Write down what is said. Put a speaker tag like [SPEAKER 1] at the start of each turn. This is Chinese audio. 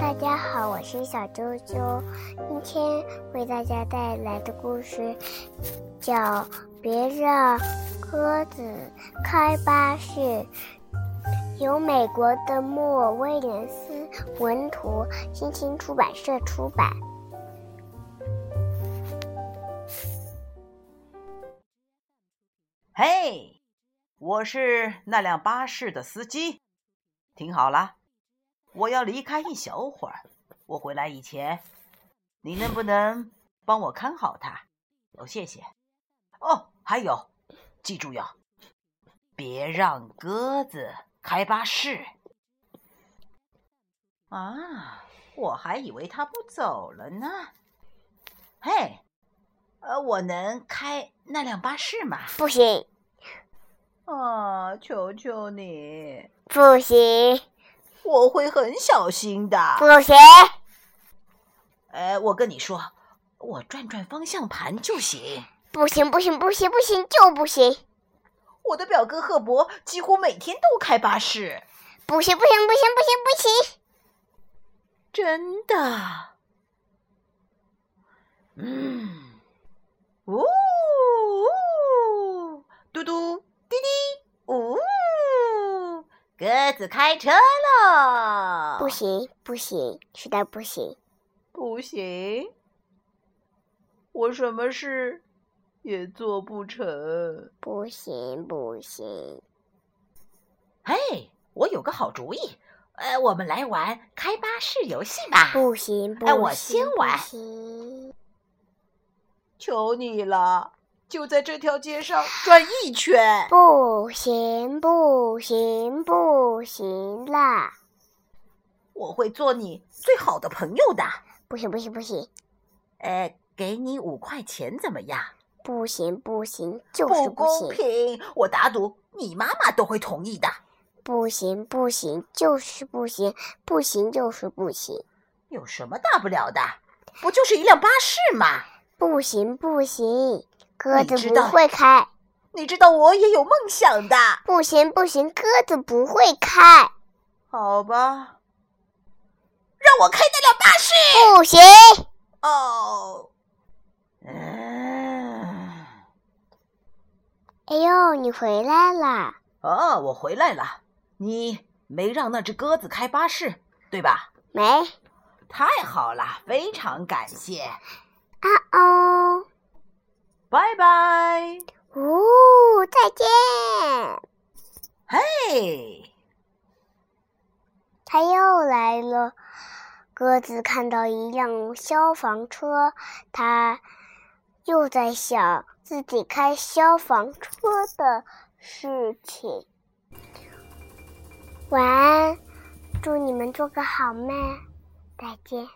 [SPEAKER 1] 大家好，我是小啾啾，今天为大家带来的故事叫《别让鸽子开巴士》，由美国的莫威廉斯文图，新星出版社出版。
[SPEAKER 2] 嘿，我是那辆巴士的司机。听好了，我要离开一小会儿。我回来以前，你能不能帮我看好它？哦，谢谢。哦，还有，记住哟，别让鸽子开巴士。啊，我还以为它不走了呢。嘿，呃，我能开那辆巴士吗？
[SPEAKER 1] 不行，
[SPEAKER 2] 啊，求求你！
[SPEAKER 1] 不行，
[SPEAKER 2] 我会很小心的。
[SPEAKER 1] 不行！
[SPEAKER 2] 哎，我跟你说，我转转方向盘就行。
[SPEAKER 1] 不行，不行，不行，不行，就不行！
[SPEAKER 2] 我的表哥赫伯几乎每天都开巴士，
[SPEAKER 1] 不行，不行，不行，不行，不行！
[SPEAKER 2] 真的。嗯，呜呜，嘟嘟滴滴，呜，鸽子开车喽！
[SPEAKER 1] 不行，不行，实在不行！
[SPEAKER 2] 不行，我什么事也做不成。
[SPEAKER 1] 不行，不行！
[SPEAKER 2] 嘿，我有个好主意，呃，我们来玩开巴士游戏吧。
[SPEAKER 1] 不行，不
[SPEAKER 2] 哎
[SPEAKER 1] 行！
[SPEAKER 2] 我先玩
[SPEAKER 1] 不行，
[SPEAKER 2] 求你了，就在这条街上转一圈。
[SPEAKER 1] 不行，不行，不行啦！
[SPEAKER 2] 我会做你最好的朋友的。
[SPEAKER 1] 不行，不行，不行，
[SPEAKER 2] 呃，给你五块钱怎么样？
[SPEAKER 1] 不行，不行，就是不
[SPEAKER 2] 公
[SPEAKER 1] 行，
[SPEAKER 2] 平，我打赌你妈妈都会同意的。
[SPEAKER 1] 不行，不行，就是不行，不行就是不行，
[SPEAKER 2] 有什么大不了的？不就是一辆巴士吗？
[SPEAKER 1] 不行，不行！鸽
[SPEAKER 2] 你
[SPEAKER 1] 子
[SPEAKER 2] 哎知
[SPEAKER 1] 不
[SPEAKER 2] 道
[SPEAKER 1] 会开，
[SPEAKER 2] 你知道我也有梦想的。
[SPEAKER 1] 不行，不行，鸽子不会开，
[SPEAKER 2] 好吧，让我开那辆巴士。
[SPEAKER 1] 不行！
[SPEAKER 2] 哦，嗯，
[SPEAKER 1] 哎呦，你回来啦！
[SPEAKER 2] 哦，我回来了。你没让那只鸽子开巴士，对吧？
[SPEAKER 1] 没
[SPEAKER 2] 太好了，非常感谢。
[SPEAKER 1] 啊哦，
[SPEAKER 2] 拜拜。
[SPEAKER 1] 呜、再见！
[SPEAKER 2] 嘿，
[SPEAKER 1] 他又来了。鸽子看到一辆消防车，它又在想自己开消防车的事情。晚安，祝你们做个好梦，再见。